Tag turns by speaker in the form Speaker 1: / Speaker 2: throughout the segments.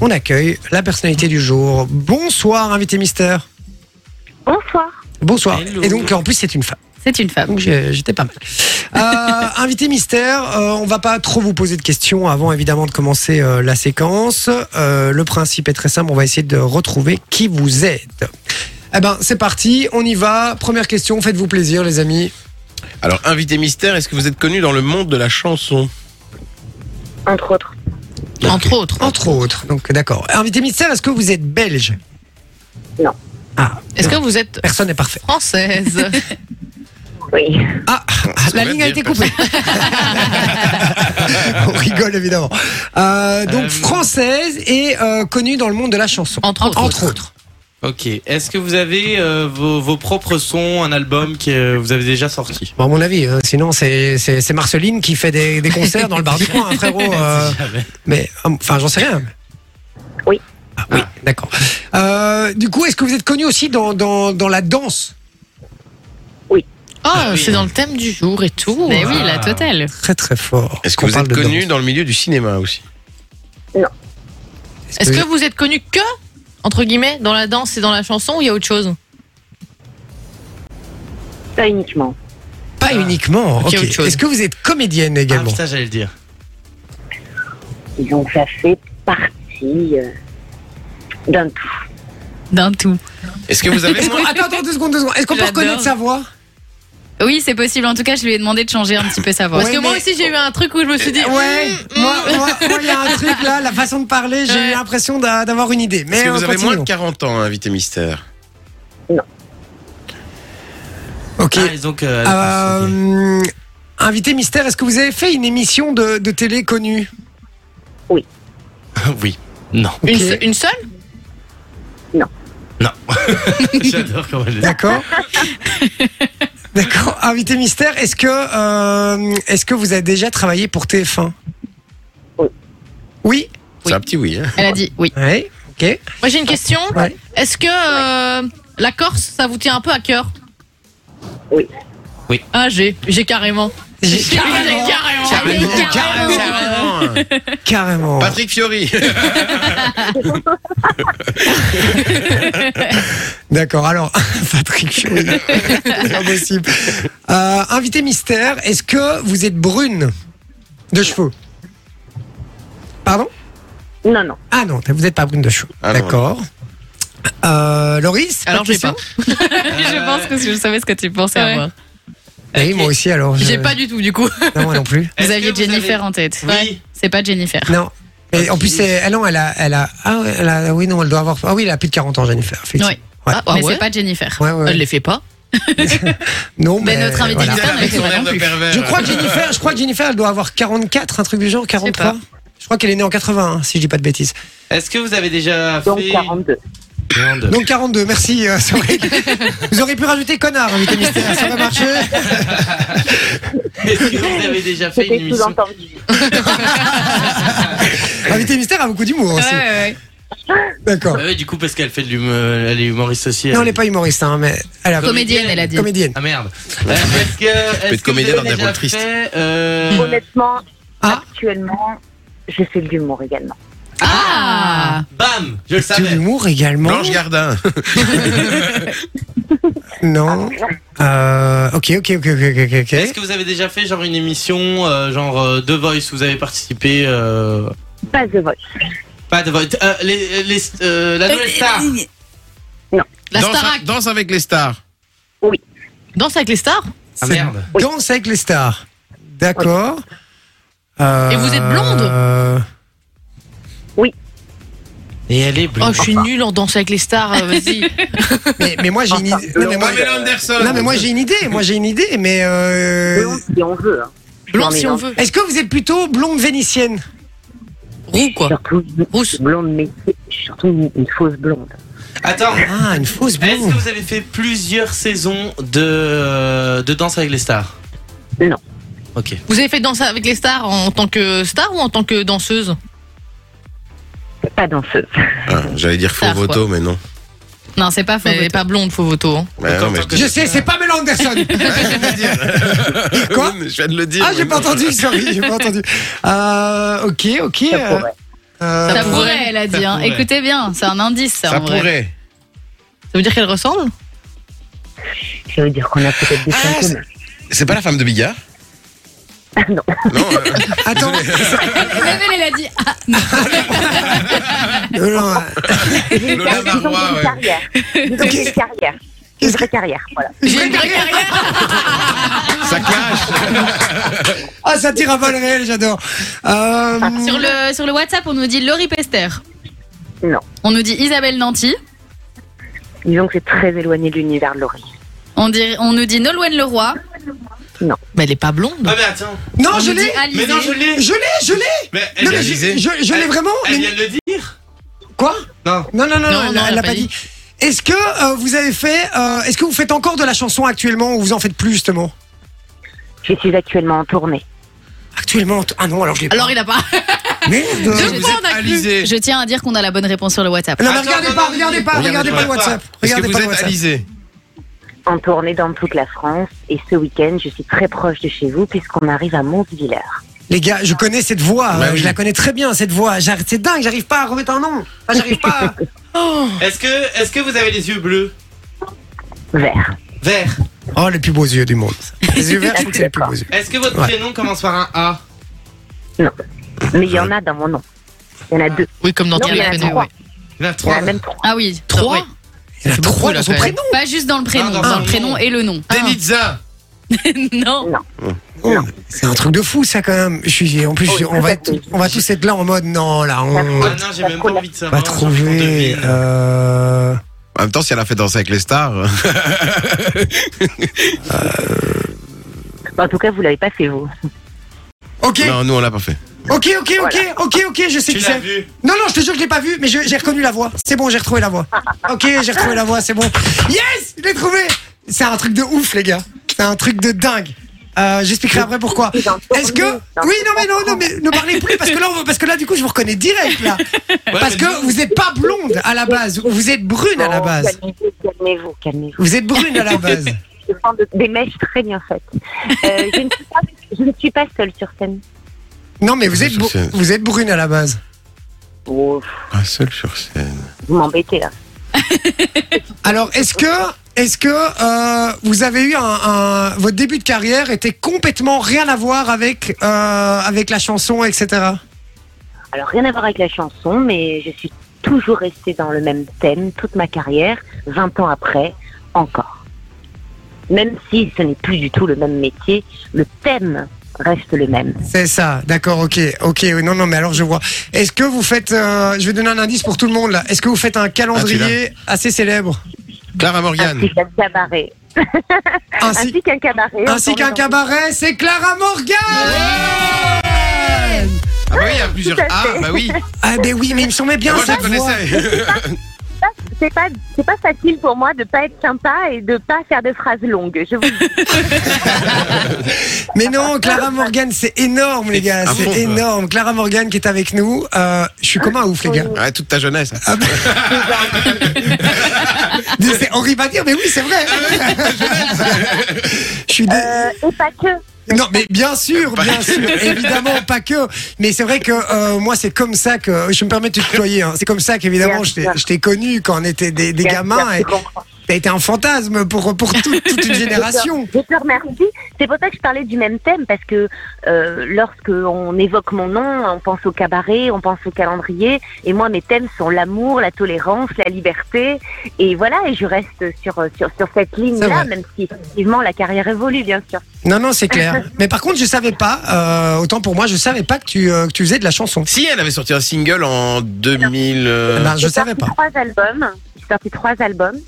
Speaker 1: on accueille la personnalité du jour. Bonsoir, invité mystère.
Speaker 2: Bonsoir.
Speaker 1: Bonsoir.
Speaker 3: Hello.
Speaker 1: Et donc, en plus, c'est une femme.
Speaker 4: C'est une femme.
Speaker 1: Donc, j'ai- j'étais pas mal. Euh, invité mystère, euh, on va pas trop vous poser de questions avant, évidemment, de commencer euh, la séquence. Euh, le principe est très simple. On va essayer de retrouver qui vous êtes. Eh ben, c'est parti. On y va. Première question. Faites-vous plaisir, les amis.
Speaker 3: Alors, invité mystère, est-ce que vous êtes connu dans le monde de la chanson
Speaker 2: Entre autres.
Speaker 4: Entre autres.
Speaker 1: Entre autres. Donc, d'accord. Invité mystère, est-ce que vous êtes belge
Speaker 2: Non.
Speaker 1: Ah.
Speaker 4: Est-ce que vous êtes
Speaker 1: Personne n'est parfait.
Speaker 4: française
Speaker 2: Oui.
Speaker 1: Ah, la
Speaker 3: va
Speaker 1: ligne a
Speaker 3: dire
Speaker 1: été coupée. On rigole évidemment. Euh, donc
Speaker 3: Euh,
Speaker 1: française et euh, connue dans le monde de la chanson.
Speaker 4: Entre autres.
Speaker 1: Entre autres.
Speaker 5: Ok. Est-ce que vous avez euh, vos, vos propres sons, un album que euh, vous avez déjà sorti
Speaker 1: Bon, à mon avis, hein, sinon c'est c'est- c'est Marceline qui fait des, des concerts dans le bar du coin, hein, frérot. euh, mais enfin, j'en sais rien.
Speaker 2: Oui.
Speaker 1: Ah, oui, d'accord. Euh, du coup, est-ce que vous êtes connue aussi dans, dans, dans la danse Ah
Speaker 4: Oh,
Speaker 5: oui.
Speaker 1: hein.
Speaker 4: c'est dans le thème du jour et tout.
Speaker 5: Mais
Speaker 4: Ah.
Speaker 5: oui, la totale.
Speaker 1: Très très fort.
Speaker 3: Est-ce que
Speaker 1: Qu'on
Speaker 3: vous
Speaker 1: parle
Speaker 3: êtes
Speaker 1: de
Speaker 3: connu
Speaker 1: danse.
Speaker 3: dans le milieu du cinéma aussi
Speaker 4: Est-ce que vous êtes connu que, entre guillemets, dans la danse et dans la chanson ou il y a autre chose
Speaker 2: Pas uniquement.
Speaker 1: Pas uniquement.
Speaker 4: Ok,
Speaker 1: ok.
Speaker 4: autre chose.
Speaker 1: Est-ce que vous êtes comédienne
Speaker 5: Ah
Speaker 1: également
Speaker 5: putain, j'allais le dire.
Speaker 2: Donc ça fait partie euh, d'un tout.
Speaker 6: D'un tout.
Speaker 3: Est-ce que vous avez
Speaker 1: Est-ce qu'on- Attends, attends, deux secondes, deux secondes. Est-ce qu'on peut
Speaker 4: J'adore.
Speaker 1: reconnaître sa voix
Speaker 6: Oui, c'est possible. En tout cas, je lui ai demandé de changer un petit peu sa voix.
Speaker 4: Parce
Speaker 1: Ouais,
Speaker 4: que moi
Speaker 1: mais- Euh,
Speaker 4: aussi j'ai eu un truc où je me suis dit.
Speaker 1: Ouais,
Speaker 4: mm,
Speaker 1: moi,
Speaker 4: mm.
Speaker 1: moi, moi, il y a un truc là, la façon de parler, j'ai
Speaker 4: Ouais.
Speaker 1: l'impression d'a- d'avoir une idée.
Speaker 3: Est-ce
Speaker 1: Mais
Speaker 3: que
Speaker 1: euh,
Speaker 3: vous avez moins de
Speaker 1: continuons.
Speaker 3: 40 ans, hein, invité mystère
Speaker 1: Ok.
Speaker 5: Ah, et donc, euh, ok.
Speaker 1: Euh, Invité mystère, est-ce que vous avez fait une émission de, de télé connue
Speaker 3: Oui.
Speaker 5: Non.
Speaker 4: Une,
Speaker 1: Ok.
Speaker 4: se- une seule
Speaker 5: J'adore comment elle le dit.
Speaker 1: D'accord. D'accord. Invité mystère, est-ce que euh, est-ce que vous avez déjà travaillé pour TF1
Speaker 2: Oui.
Speaker 1: Oui.
Speaker 3: C'est un petit oui. hein.
Speaker 4: Elle a dit oui.
Speaker 1: Ouais. Ok.
Speaker 4: Moi j'ai une question.
Speaker 1: Ah. Ouais.
Speaker 4: Est-ce que euh, la Corse, ça vous tient un peu à cœur
Speaker 2: Oui.
Speaker 5: Oui.
Speaker 4: Ah, j'ai, j'ai carrément. J'ai
Speaker 1: carrément.
Speaker 4: carrément.
Speaker 1: Carrément.
Speaker 4: J'ai Ah, carrément.
Speaker 3: Carrément.
Speaker 1: Carrément.
Speaker 3: Patrick Fiori.
Speaker 1: D'accord, alors, Patrick Fiori. C'est impossible. Euh, invité mystère, est-ce que vous êtes brune de cheveux Pardon
Speaker 2: Non, non.
Speaker 1: Ah non, vous n'êtes pas brune de cheveux.
Speaker 3: Ah non.
Speaker 1: D'accord. Euh, Loris
Speaker 4: Alors j'ai pas.
Speaker 6: Je pense que je savais ce que tu pensais
Speaker 4: Ouais.
Speaker 6: à moi.
Speaker 1: Eh Oui, moi aussi, alors. je-
Speaker 4: J'ai pas du tout du coup.
Speaker 1: Non, moi non plus.
Speaker 5: Est-ce
Speaker 6: Vous
Speaker 5: que
Speaker 6: aviez
Speaker 5: vous
Speaker 6: Jennifer hein. en tête.
Speaker 5: Oui.
Speaker 6: Ouais. C'est pas Jennifer.
Speaker 1: Non. Et en plus, c'est- ah non, elle a, elle a, ah ouais, elle a- oui, non, elle doit avoir, ah oui, elle a plus de 40 ans, Jennifer. effectivement.
Speaker 6: Ouais.
Speaker 1: Ouais.
Speaker 4: Ah, ah
Speaker 6: mais
Speaker 4: ouais
Speaker 6: c'est pas Jennifer.
Speaker 1: Ouais, ouais, ouais.
Speaker 4: Elle les fait pas.
Speaker 1: Non, mais.
Speaker 6: Mais notre invité
Speaker 1: voilà.
Speaker 6: mystère n'avait
Speaker 3: Avec son
Speaker 6: pas
Speaker 3: air
Speaker 6: non
Speaker 3: de
Speaker 6: plus.
Speaker 3: pervers.
Speaker 1: Je crois que Jennifer, je crois que Jennifer, elle doit avoir 44, un truc du genre, 43.
Speaker 6: pas.
Speaker 1: Je crois qu'elle est née en 81, si je dis pas de bêtises.
Speaker 5: Est-ce que vous avez déjà
Speaker 2: Donc
Speaker 5: fait
Speaker 2: 42.
Speaker 5: Merde.
Speaker 1: Donc 42, merci euh, Cédric. Vous auriez pu rajouter connard, invité mystère, ça va marcher.
Speaker 5: Est-ce que vous avez déjà fait une
Speaker 2: C'était
Speaker 5: émission
Speaker 2: sous-entendu.
Speaker 1: Invité mystère a beaucoup d'humour aussi. D'accord.
Speaker 5: Ah ouais, du coup, parce qu'elle fait de l'humour, elle est humoriste aussi.
Speaker 1: Non,
Speaker 5: elle.
Speaker 1: elle n'est pas humoriste, hein, mais elle a
Speaker 6: Comédienne, elle a dit.
Speaker 1: comédienne.
Speaker 5: Ah merde. Euh, est-ce que, est-ce
Speaker 3: être comédienne
Speaker 5: que
Speaker 3: dans des
Speaker 5: vous avez
Speaker 3: rôles
Speaker 5: déjà
Speaker 3: tristes.
Speaker 5: fait, euh,
Speaker 2: Honnêtement,
Speaker 1: Ah.
Speaker 2: actuellement, j'ai fait de l'humour également.
Speaker 6: Ah
Speaker 5: Bam, je le
Speaker 1: De
Speaker 5: savais.
Speaker 1: l'humour également.
Speaker 3: Blanche Gardin.
Speaker 1: Non. Euh, ok, ok, ok, ok, ok, ok.
Speaker 5: Est-ce que vous avez déjà fait genre une émission euh, genre euh, The Voice Vous avez participé euh,
Speaker 2: Pas The Voice.
Speaker 5: Pas The Voice. euh, les, les, euh, la nouvelle star.
Speaker 4: La
Speaker 3: Danse-
Speaker 4: Starac.
Speaker 3: Danse avec les stars.
Speaker 4: Danse avec les stars.
Speaker 5: Ah merde.
Speaker 2: Oui.
Speaker 1: Danse avec les stars. D'accord. Euh,
Speaker 4: Et vous êtes blonde
Speaker 1: euh,
Speaker 5: Et elle est bleue.
Speaker 4: Oh, je suis nulle en danse avec les stars. euh, Vas-y.
Speaker 1: mais, mais moi j'ai une idée. Ah, Non mais moi,
Speaker 3: Pamela Anderson.
Speaker 1: non, mais moi, j'ai une idée. Moi j'ai une idée, mais euh,
Speaker 2: Blonde si on veut. hein. Je
Speaker 4: Blonde
Speaker 2: m'en ai
Speaker 4: si
Speaker 2: dans-
Speaker 4: on veut.
Speaker 1: est-ce que vous êtes plutôt blonde vénitienne
Speaker 4: Roux quoi.
Speaker 2: Surtout
Speaker 4: Rousse.
Speaker 2: blonde, mais surtout une, une fausse blonde.
Speaker 5: Oh. Attends.
Speaker 1: Ah, une fausse
Speaker 5: Est-ce
Speaker 1: blonde.
Speaker 5: que vous avez fait plusieurs saisons euh, de, de Danse avec les stars
Speaker 2: Non.
Speaker 5: Ok.
Speaker 4: Vous avez fait danser avec les stars en tant que star ou en tant que danseuse
Speaker 2: Pas danseuse.
Speaker 3: Ah, J'allais dire faux
Speaker 4: Star, quoi.
Speaker 3: voto, mais non.
Speaker 6: Non, c'est pas faux.
Speaker 4: Elle est pas blonde, hein. faut voter.
Speaker 3: Ouais,
Speaker 5: Attends,
Speaker 3: non, mais
Speaker 5: attends,
Speaker 1: Je sais, c'est pas Mel Anderson. Quoi
Speaker 3: Je viens de le dire.
Speaker 1: Ah, j'ai
Speaker 3: mais
Speaker 1: pas
Speaker 3: non.
Speaker 1: entendu, sorry, j'ai pas entendu. Euh, ok, ok.
Speaker 2: Ça
Speaker 1: euh,
Speaker 2: pourrait.
Speaker 1: Euh,
Speaker 6: Ça,
Speaker 4: Ça
Speaker 6: pourrait,
Speaker 4: pourrait,
Speaker 6: elle a dit.
Speaker 5: ça
Speaker 6: hein.
Speaker 5: pourrait.
Speaker 6: Écoutez bien, c'est un indice, ça.
Speaker 3: Ça
Speaker 6: en vrai.
Speaker 3: pourrait.
Speaker 4: Ça veut dire qu'elle ressemble
Speaker 2: Ça veut dire qu'on a peut-être des
Speaker 3: Ah,
Speaker 2: symptômes.
Speaker 3: C'est pas la femme de Bigard
Speaker 2: non.
Speaker 3: Non. euh,
Speaker 1: Attends,
Speaker 6: Même elle, elle a dit. Ah,
Speaker 1: euh, non,
Speaker 2: J'ai une
Speaker 3: Lola
Speaker 2: carrière. Disons que
Speaker 3: Barrois,
Speaker 2: j'ai
Speaker 3: ouais.
Speaker 2: une carrière. Disons que j'ai une carrière. Une vraie carrière, voilà.
Speaker 4: J'ai une vraie carrière.
Speaker 3: ça clash.
Speaker 1: ah, ça tire à balles réelles, j'adore. Euh,
Speaker 6: Sur le, sur le WhatsApp, on nous dit Laurie Pester.
Speaker 2: Non.
Speaker 6: On nous dit Isabelle Nanty.
Speaker 2: Disons que c'est très éloigné de l'univers de Laurie.
Speaker 6: On, dit, on nous dit Nolwenn Leroy.
Speaker 4: Mais elle est pas blonde.
Speaker 5: Ah mais attends.
Speaker 1: Non,
Speaker 6: on
Speaker 1: je
Speaker 6: nous dit
Speaker 1: l'ai.
Speaker 6: Alizée.
Speaker 5: Mais non, je l'ai.
Speaker 1: Je l'ai, je l'ai.
Speaker 5: Mais
Speaker 1: Non,
Speaker 5: elle,
Speaker 1: mais
Speaker 5: vient-
Speaker 1: je, je- je l'ai vraiment.
Speaker 5: elle
Speaker 1: mais-
Speaker 5: vient de le dire.
Speaker 1: Quoi
Speaker 5: Non.
Speaker 1: Non, non, non,
Speaker 4: Non,
Speaker 1: elle-
Speaker 4: non,
Speaker 1: elle l'a pas dit. Est-ce que euh, vous avez fait. euh, Est-ce que vous faites encore de la chanson actuellement ou vous en faites plus justement
Speaker 2: Je suis actuellement en tournée.
Speaker 1: Actuellement. t- Ah non, alors je l'ai pas.
Speaker 6: Alors il a pas.
Speaker 1: Merde.
Speaker 4: Deux
Speaker 3: Vous
Speaker 4: fois,
Speaker 3: êtes
Speaker 4: on a cru.
Speaker 3: Alizée.
Speaker 6: Je tiens à dire qu'on a la bonne réponse sur le WhatsApp.
Speaker 1: Non, mais
Speaker 5: Attends,
Speaker 1: regardez
Speaker 5: non,
Speaker 1: pas,
Speaker 5: non,
Speaker 1: regardez
Speaker 5: non,
Speaker 1: pas,
Speaker 5: non,
Speaker 1: regardez
Speaker 3: non,
Speaker 1: pas le
Speaker 3: non,
Speaker 1: WhatsApp.
Speaker 3: Est-ce que
Speaker 1: Regardez
Speaker 3: vous
Speaker 1: pas le
Speaker 3: êtes
Speaker 1: WhatsApp.
Speaker 3: Alizée
Speaker 2: En tournée dans toute la France. Et ce week-end, je suis très proche de chez vous puisqu'on arrive à Montvillers.
Speaker 1: Les gars, je connais cette voix.
Speaker 3: Bah
Speaker 1: euh,
Speaker 3: oui.
Speaker 1: Je la connais très bien, cette voix. J'arr- C'est dingue, j'arrive pas à remettre un nom. Enfin, j'arrive pas.
Speaker 5: Est-ce que, est-ce que vous avez les yeux bleus,
Speaker 2: Vert.
Speaker 5: verts
Speaker 1: Oh, les plus beaux yeux du monde. Les yeux verts, je trouve que c'est les plus beaux yeux.
Speaker 5: Est-ce que votre
Speaker 1: Ouais.
Speaker 5: prénom commence par un A
Speaker 2: Mais il y en a dans mon nom. Il y en a deux.
Speaker 4: Oui, comme dans
Speaker 2: Non,
Speaker 4: tous
Speaker 2: il y
Speaker 4: les
Speaker 2: en a
Speaker 4: prénoms.
Speaker 2: trois.
Speaker 4: E, ouais.
Speaker 5: Il
Speaker 2: Il y
Speaker 5: y en a
Speaker 2: en
Speaker 5: trois.
Speaker 2: a même trois.
Speaker 6: Ah oui.
Speaker 4: Trois
Speaker 6: Oui.
Speaker 1: Il y en a
Speaker 4: C'est
Speaker 1: trois
Speaker 4: beaucoup,
Speaker 1: dans
Speaker 4: là,
Speaker 1: son
Speaker 4: quand même.
Speaker 1: prénom.
Speaker 6: Pas juste dans le prénom,
Speaker 5: Ah, dans
Speaker 6: dans
Speaker 5: le
Speaker 6: le prénom
Speaker 5: nom.
Speaker 6: et le nom.
Speaker 3: Denitza.
Speaker 6: non.
Speaker 2: Non.
Speaker 1: C'est un truc de fou, ça, quand même. Je suis, en plus, je suis- on, va être, on va tous être là en mode non, là, on
Speaker 5: Ah non, j'ai même pas envie de savoir.
Speaker 1: va trouver. euh,
Speaker 3: En même temps, si elle a fait danser avec les stars. euh,
Speaker 2: En tout cas, vous l'avez pas fait, vous.
Speaker 1: Ok,
Speaker 3: Non, nous, on l'a pas fait.
Speaker 1: ok, ok, ok, ok, ok, je sais
Speaker 5: Tu
Speaker 1: qui
Speaker 5: l'as
Speaker 1: c'est.
Speaker 5: vu
Speaker 1: Non, non, je te jure que je l'ai pas vu, mais je- j'ai reconnu la voix. C'est bon, j'ai retrouvé la voix. Ok, j'ai retrouvé la voix, c'est bon. Yes, je l'ai trouvé. C'est un truc de ouf, les gars. C'est un truc de dingue. Euh, J'expliquerai après pourquoi. Est-ce que oui, non mais non, non mais ne parlez plus parce que là, on- parce que là, du coup, je vous reconnais direct là. Parce que vous n'êtes pas blonde à la base, ou vous êtes brune à la
Speaker 2: Oh,
Speaker 1: base.
Speaker 2: Calmez-vous, calmez-vous, calmez-vous.
Speaker 1: Vous êtes brune à la base.
Speaker 2: Je prends de- des mèches très bien faites. Euh, je, ne suis pas, je ne suis pas seule sur scène.
Speaker 1: Non mais vous êtes br- vous êtes brune à la base.
Speaker 2: Oh, pff,
Speaker 3: Pas seul sur scène.
Speaker 2: vous m'embêtez là.
Speaker 1: Alors est-ce que est-ce que euh, vous avez eu un, un- votre début de carrière était complètement rien à voir avec euh, avec la chanson etc.
Speaker 2: Alors rien à voir avec la chanson, mais je suis toujours restée dans le même thème toute ma carrière, 20 ans après, encore. Même si ce n'est plus du tout le même métier, le thème reste le même.
Speaker 1: C'est ça, d'accord, ok, ok, oui, non, non, mais alors je vois. Est-ce que vous faites, euh, je vais donner un indice pour tout le monde là, est-ce que vous faites un calendrier assez célèbre
Speaker 3: Clara Morgan.
Speaker 2: Ainsi qu'un cabaret.
Speaker 1: Ainsi,
Speaker 2: Ainsi qu'un cabaret.
Speaker 1: ainsi qu'un cabaret, c'est Clara Morgan
Speaker 3: Ah, bah oui, il y a plusieurs
Speaker 2: Tout à
Speaker 3: A.
Speaker 2: fait.
Speaker 3: Bah oui.
Speaker 1: Ah, ben oui, mais il me semblait bien
Speaker 3: Moi, je la
Speaker 1: cette voix.
Speaker 3: connaissais.
Speaker 2: C'est pas, c'est pas facile pour moi de pas être sympa et de pas faire de phrases longues. Je vous le dis.
Speaker 1: Mais non, Clara Morgan, c'est énorme, les gars,
Speaker 3: Ah bon
Speaker 1: c'est énorme. Clara Morgan qui est avec nous, euh, je suis comme un ouf, les gars.
Speaker 3: Ouais, toute ta jeunesse.
Speaker 1: Mais C'est horrible à dire, mais oui, c'est vrai. Je suis dé-
Speaker 2: Euh, et pas que.
Speaker 1: Non, mais bien sûr, bien sûr, évidemment, pas que. Mais c'est vrai que euh, moi, c'est comme ça que je me permets de te tutoyer. hein. C'est comme ça qu'évidemment,
Speaker 2: Bien
Speaker 1: je t'ai-
Speaker 2: sûr.
Speaker 1: je t'ai connu quand on était des, des
Speaker 2: Bien
Speaker 1: gamins.
Speaker 2: sûr,
Speaker 1: Et
Speaker 2: je comprends.
Speaker 1: t'as été un fantasme pour pour tout- toute une génération.
Speaker 2: Je te remercie. C'est pour ça que je parlais du même thème, parce que euh, lorsque on évoque mon nom, on pense au cabaret, on pense au calendrier, et moi mes thèmes sont l'amour, la tolérance, la liberté, et voilà, et je reste sur sur, sur cette
Speaker 1: C'est vrai.
Speaker 2: ligne-là, même si effectivement la carrière évolue, bien sûr.
Speaker 1: Non, non, c'est clair. Mais par contre, je savais pas. euh, autant pour moi, je savais pas que tu euh, que tu faisais de la chanson.
Speaker 3: Si, elle avait sorti un single en 2000. euh,
Speaker 1: Ben, je
Speaker 2: J'ai
Speaker 1: savais pas.
Speaker 2: sorti Trois albums. J'ai sorti trois albums.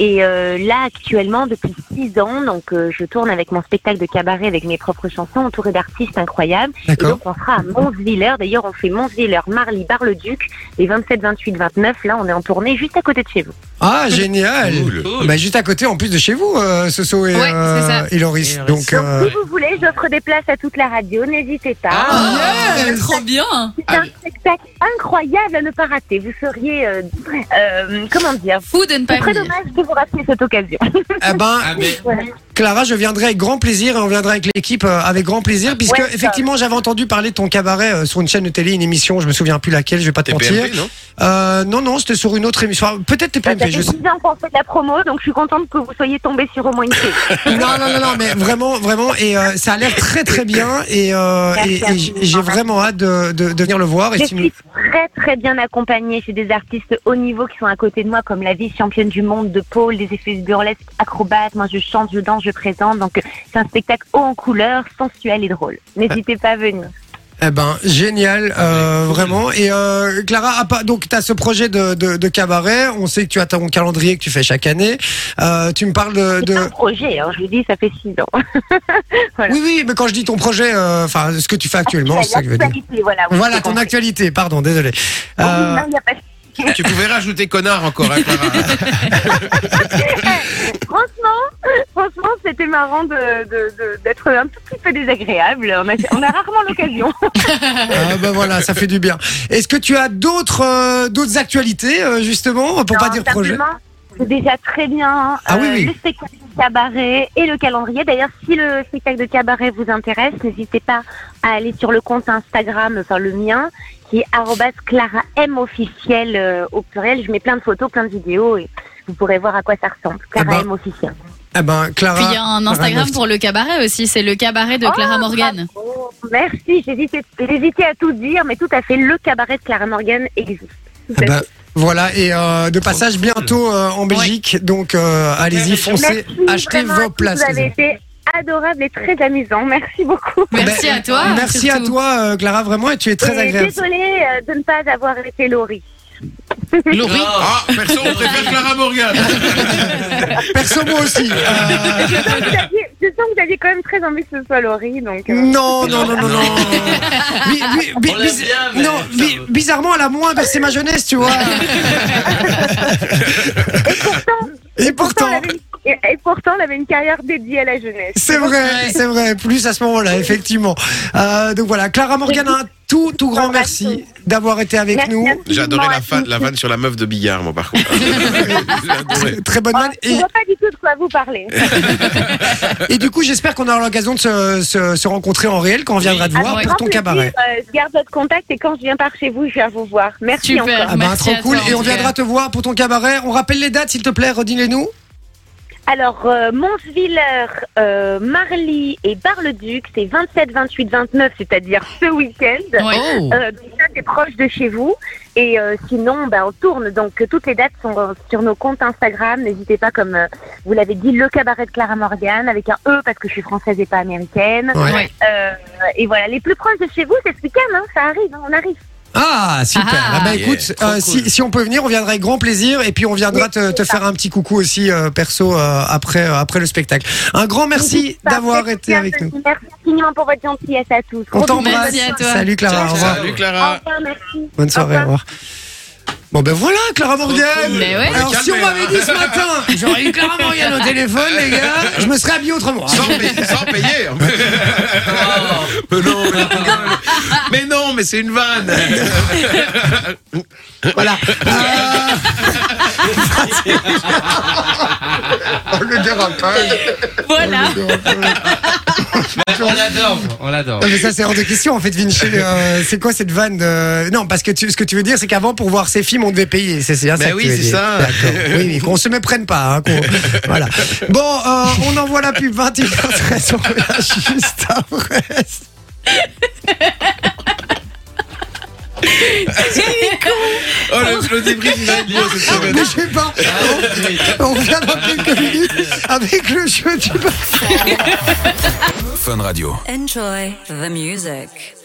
Speaker 2: Et euh, là, actuellement, depuis six ans, donc euh, je tourne avec mon spectacle de cabaret, avec mes propres chansons, entourée d'artistes incroyables. Et
Speaker 1: D'accord.
Speaker 2: donc, on sera à Montvillers. D'ailleurs, on fait Montvillers, Marly, Bar-le-Duc, les 27, 28, 29. Là, on est en tournée juste à côté de chez vous.
Speaker 1: Ah, génial
Speaker 3: Cool.
Speaker 5: Cool.
Speaker 1: Bah, Juste à côté, en plus de chez vous, euh, Soso et,
Speaker 6: Ouais, c'est
Speaker 1: euh,
Speaker 6: ça.
Speaker 1: et Loris.
Speaker 5: Et Loris.
Speaker 1: Donc,
Speaker 2: Donc,
Speaker 1: euh,
Speaker 2: si vous voulez, j'offre des places à toute la radio, n'hésitez pas.
Speaker 5: Ah,
Speaker 1: yes
Speaker 6: Trop bien
Speaker 2: C'est un spectacle incroyable à ne pas rater. Vous seriez, euh, euh, comment dire,
Speaker 6: Fou de ne
Speaker 2: c'est
Speaker 6: pas
Speaker 2: très
Speaker 6: venir.
Speaker 2: dommage que vous ratiez cette occasion.
Speaker 1: eh ben,
Speaker 5: Ah, mais
Speaker 2: Voilà.
Speaker 1: Clara, je viendrai avec grand plaisir et on viendra avec l'équipe euh, avec grand plaisir, puisque
Speaker 2: Ouais, ça.
Speaker 1: effectivement, j'avais entendu parler de ton cabaret euh, sur une chaîne de télé, une émission, je me souviens plus laquelle, je vais pas te mentir.
Speaker 3: TPMP, non
Speaker 1: Euh, non, non, c'était sur une autre émission. Enfin, Peut-être
Speaker 2: Ça
Speaker 1: TPMP,
Speaker 2: fait
Speaker 1: je sais.
Speaker 2: 10 ans qu'on fait de la promo, donc je suis contente que vous soyez tombés sur au moins une chose.
Speaker 1: Non, non, non, non, mais vraiment, vraiment, et euh, ça a l'air très, très bien, et, euh, et, et j- j'ai vraiment hâte de, de, de venir le voir. Et
Speaker 2: Je
Speaker 1: tu nous-
Speaker 2: suis très très bien accompagnée. J'ai des artistes haut niveau qui sont à côté de moi, comme la vice-championne du monde de Paul, des effets burlesques, acrobates. Moi, je chante, je danse, je présente. Donc, euh, c'est un spectacle haut en couleur, sensuel et drôle. N'hésitez pas à venir.
Speaker 1: Eh ben, génial, euh, vraiment. Et euh, Clara, à part- donc tu as ce projet de, de, de cabaret, on sait que tu as ton calendrier que tu fais chaque année. Euh, tu me parles de...
Speaker 2: C'est
Speaker 1: de-
Speaker 2: un projet, hein, je vous dis, ça fait six ans.
Speaker 1: Oui, oui, mais quand je dis ton projet, euh, enfin, ce que tu fais actuellement, c'est ça que je veux dire.
Speaker 2: L'actualité, voilà. oui,
Speaker 1: Voilà,
Speaker 2: c'est
Speaker 1: ton
Speaker 2: compris.
Speaker 1: actualité, pardon, désolé.
Speaker 2: Oui,
Speaker 1: Euh,
Speaker 2: non, il y a pas-
Speaker 3: Tu pouvais rajouter connard encore, hein, Clara.
Speaker 2: Franchement, franchement, c'était marrant de- de- de- d'être un tout petit peu désagréable. On a, on a rarement l'occasion.
Speaker 1: ah, bah voilà, ça fait du bien. Est-ce que tu as d'autres euh, d'autres actualités, euh, justement, pour
Speaker 2: Non,
Speaker 1: pas dire projet
Speaker 2: simplement, C'est déjà très bien. hein. Euh,
Speaker 1: Ah oui, oui.
Speaker 2: Le spectacle de cabaret et le calendrier. D'ailleurs, si le spectacle de cabaret vous intéresse, n'hésitez pas à aller sur le compte Instagram, enfin le mien, qui est arrobas Clara M officiel euh, au pluriel. Je mets plein de photos, plein de vidéos et vous pourrez voir à quoi ça ressemble. Clara
Speaker 1: Ah ben,
Speaker 2: M officiel.
Speaker 1: Eh ben, Clara.
Speaker 6: Puis il y a un Instagram
Speaker 1: Ragoft.
Speaker 6: pour le cabaret aussi, c'est le cabaret de Clara Morgan.
Speaker 2: Oh, merci. J'hésitais j'hésitais à tout dire, mais tout à fait. Le cabaret de Clara Morgan existe. Tout à
Speaker 1: Eh ben,
Speaker 2: fait.
Speaker 1: voilà, et euh, de passage bientôt euh, en Belgique, donc euh, allez-y, foncez,
Speaker 2: Merci
Speaker 1: achetez
Speaker 2: vraiment à
Speaker 1: vos
Speaker 2: tous,
Speaker 1: places.
Speaker 2: Vous
Speaker 1: les
Speaker 2: avez
Speaker 1: amis.
Speaker 2: été adorable et très amusant. Merci beaucoup.
Speaker 6: Merci
Speaker 1: Ben,
Speaker 6: à toi.
Speaker 1: Merci à
Speaker 6: surtout.
Speaker 1: toi, euh, Clara, vraiment, et tu es très
Speaker 2: Et
Speaker 1: agréable.
Speaker 2: Désolée euh, de ne pas avoir été Laurie.
Speaker 4: Laurie.
Speaker 5: Oh.
Speaker 3: Ah, perso, on préfère Clara Morgan.
Speaker 1: Perso, moi aussi. euh,
Speaker 2: Je sens que vous aviez- je sens que vous aviez quand même très envie que ce soit Laurie, donc. euh,
Speaker 1: non, non, non, non, non. Bi- bi- bi-
Speaker 5: On l'aime
Speaker 1: biz-
Speaker 5: bien, mais
Speaker 1: non,
Speaker 5: ça
Speaker 1: bi-
Speaker 5: va.
Speaker 1: bizarrement, elle a moins bercé ma jeunesse, tu vois. et pourtant,
Speaker 2: elle avait une- et, et pourtant, elle avait une carrière dédiée à la jeunesse.
Speaker 1: c'est vrai, c'est vrai, plus à ce moment-là, effectivement. Euh, donc voilà, Clara Morgan, un tout, tout grand merci d'avoir été avec
Speaker 2: Merci
Speaker 1: nous.
Speaker 2: infiniment
Speaker 3: J'ai adoré la,
Speaker 2: à
Speaker 3: fan,
Speaker 2: tous.
Speaker 3: la vanne sur la meuf de Billard, moi, par contre. J'ai adoré.
Speaker 1: Très- Très bonne
Speaker 2: Ah,
Speaker 1: man.
Speaker 2: Je ne
Speaker 1: Et,
Speaker 2: vois pas du tout de quoi vous parler. oh.
Speaker 1: et du coup, j'espère qu'on aura l'occasion de se, se- se rencontrer en réel quand on viendra te
Speaker 6: Ah,
Speaker 1: voir
Speaker 6: ouais.
Speaker 1: pour
Speaker 2: Grand
Speaker 1: ton
Speaker 2: plaisir,
Speaker 1: cabaret.
Speaker 2: euh, je garde votre contact et quand je viens par chez vous, je viens vous voir. Merci
Speaker 6: Super.
Speaker 2: encore.
Speaker 1: Ah bah,
Speaker 6: Merci
Speaker 1: trop
Speaker 6: à
Speaker 1: cool.
Speaker 6: toi,
Speaker 1: et on
Speaker 6: en tout
Speaker 1: viendra
Speaker 6: cas.
Speaker 1: te voir pour ton cabaret. On rappelle les dates, s'il te plaît, redis-les-nous.
Speaker 2: Alors, euh, Monsvillers, euh, Marly et Bar-le-Duc, c'est 27, 28, 29, c'est-à-dire ce week-end.
Speaker 6: Ouais.
Speaker 2: Euh, donc ça, c'est proche de chez vous. Et euh, sinon, ben, on tourne. Donc, euh, toutes les dates sont euh, sur nos comptes Instagram. N'hésitez pas, comme euh, vous l'avez dit, le cabaret de Clara Morgan, avec un E parce que je suis française et pas américaine.
Speaker 6: Ouais.
Speaker 2: Euh, et voilà, les plus proches de chez vous, c'est ce week-end. Hein, ça arrive, hein, on arrive.
Speaker 1: Ah, super.
Speaker 6: Ah.
Speaker 1: Ah bah,
Speaker 5: Yeah,
Speaker 1: écoute,
Speaker 5: trop
Speaker 1: euh,
Speaker 5: cool.
Speaker 1: si, si on peut venir, on viendra avec grand plaisir. Et puis, on viendra te, te faire un petit coucou aussi, euh, perso, euh, après, euh, après le spectacle. Un grand merci d'avoir
Speaker 2: Parfait,
Speaker 1: été avec nous.
Speaker 2: Merci infiniment pour votre gentillesse à tous.
Speaker 1: On
Speaker 2: Gros bisous.
Speaker 1: t'embrasse.
Speaker 6: Merci à toi.
Speaker 1: Salut, Clara. Au revoir.
Speaker 3: Salut,
Speaker 2: Au
Speaker 3: Clara.
Speaker 2: revoir, merci.
Speaker 1: Bonne soirée,
Speaker 2: Au
Speaker 1: au
Speaker 2: revoir.
Speaker 1: revoir. Bon ben voilà, Clara Morgan.
Speaker 5: cool.
Speaker 6: Mais ouais.
Speaker 1: Alors si on
Speaker 3: Calmez,
Speaker 1: m'avait
Speaker 3: hein.
Speaker 1: dit ce matin, j'aurais eu Clara Morgan au téléphone, les gars, je me serais habillé autrement.
Speaker 3: Sans, payer- sans payer. mais non, mais, mais non, mais c'est une vanne.
Speaker 1: Voilà. Euh,
Speaker 3: le dérapage.
Speaker 6: Voilà.
Speaker 5: On l'adore, on l'adore.
Speaker 1: non, mais ça c'est hors de question en fait, Vinci. euh, c'est quoi cette vanne de... Non, parce que tu- ce que tu veux dire, c'est qu'avant pour voir ces films, on devait payer. C'est c'est bien
Speaker 3: Mais
Speaker 1: ça. que
Speaker 3: Bah oui,
Speaker 1: tu veux
Speaker 3: c'est
Speaker 1: dire.
Speaker 3: ça.
Speaker 1: D'accord. Oui, oui, qu'on se méprenne pas. hein, qu'on- voilà. Bon, euh, on envoie la pub 21h13. On revient juste après.
Speaker 3: Oh, le, le débrief, il va être beau cette semaine.
Speaker 1: Bougez pas.
Speaker 3: Ah
Speaker 1: On revient dans quelques minutes avec le jeu du
Speaker 7: Enjoy the music.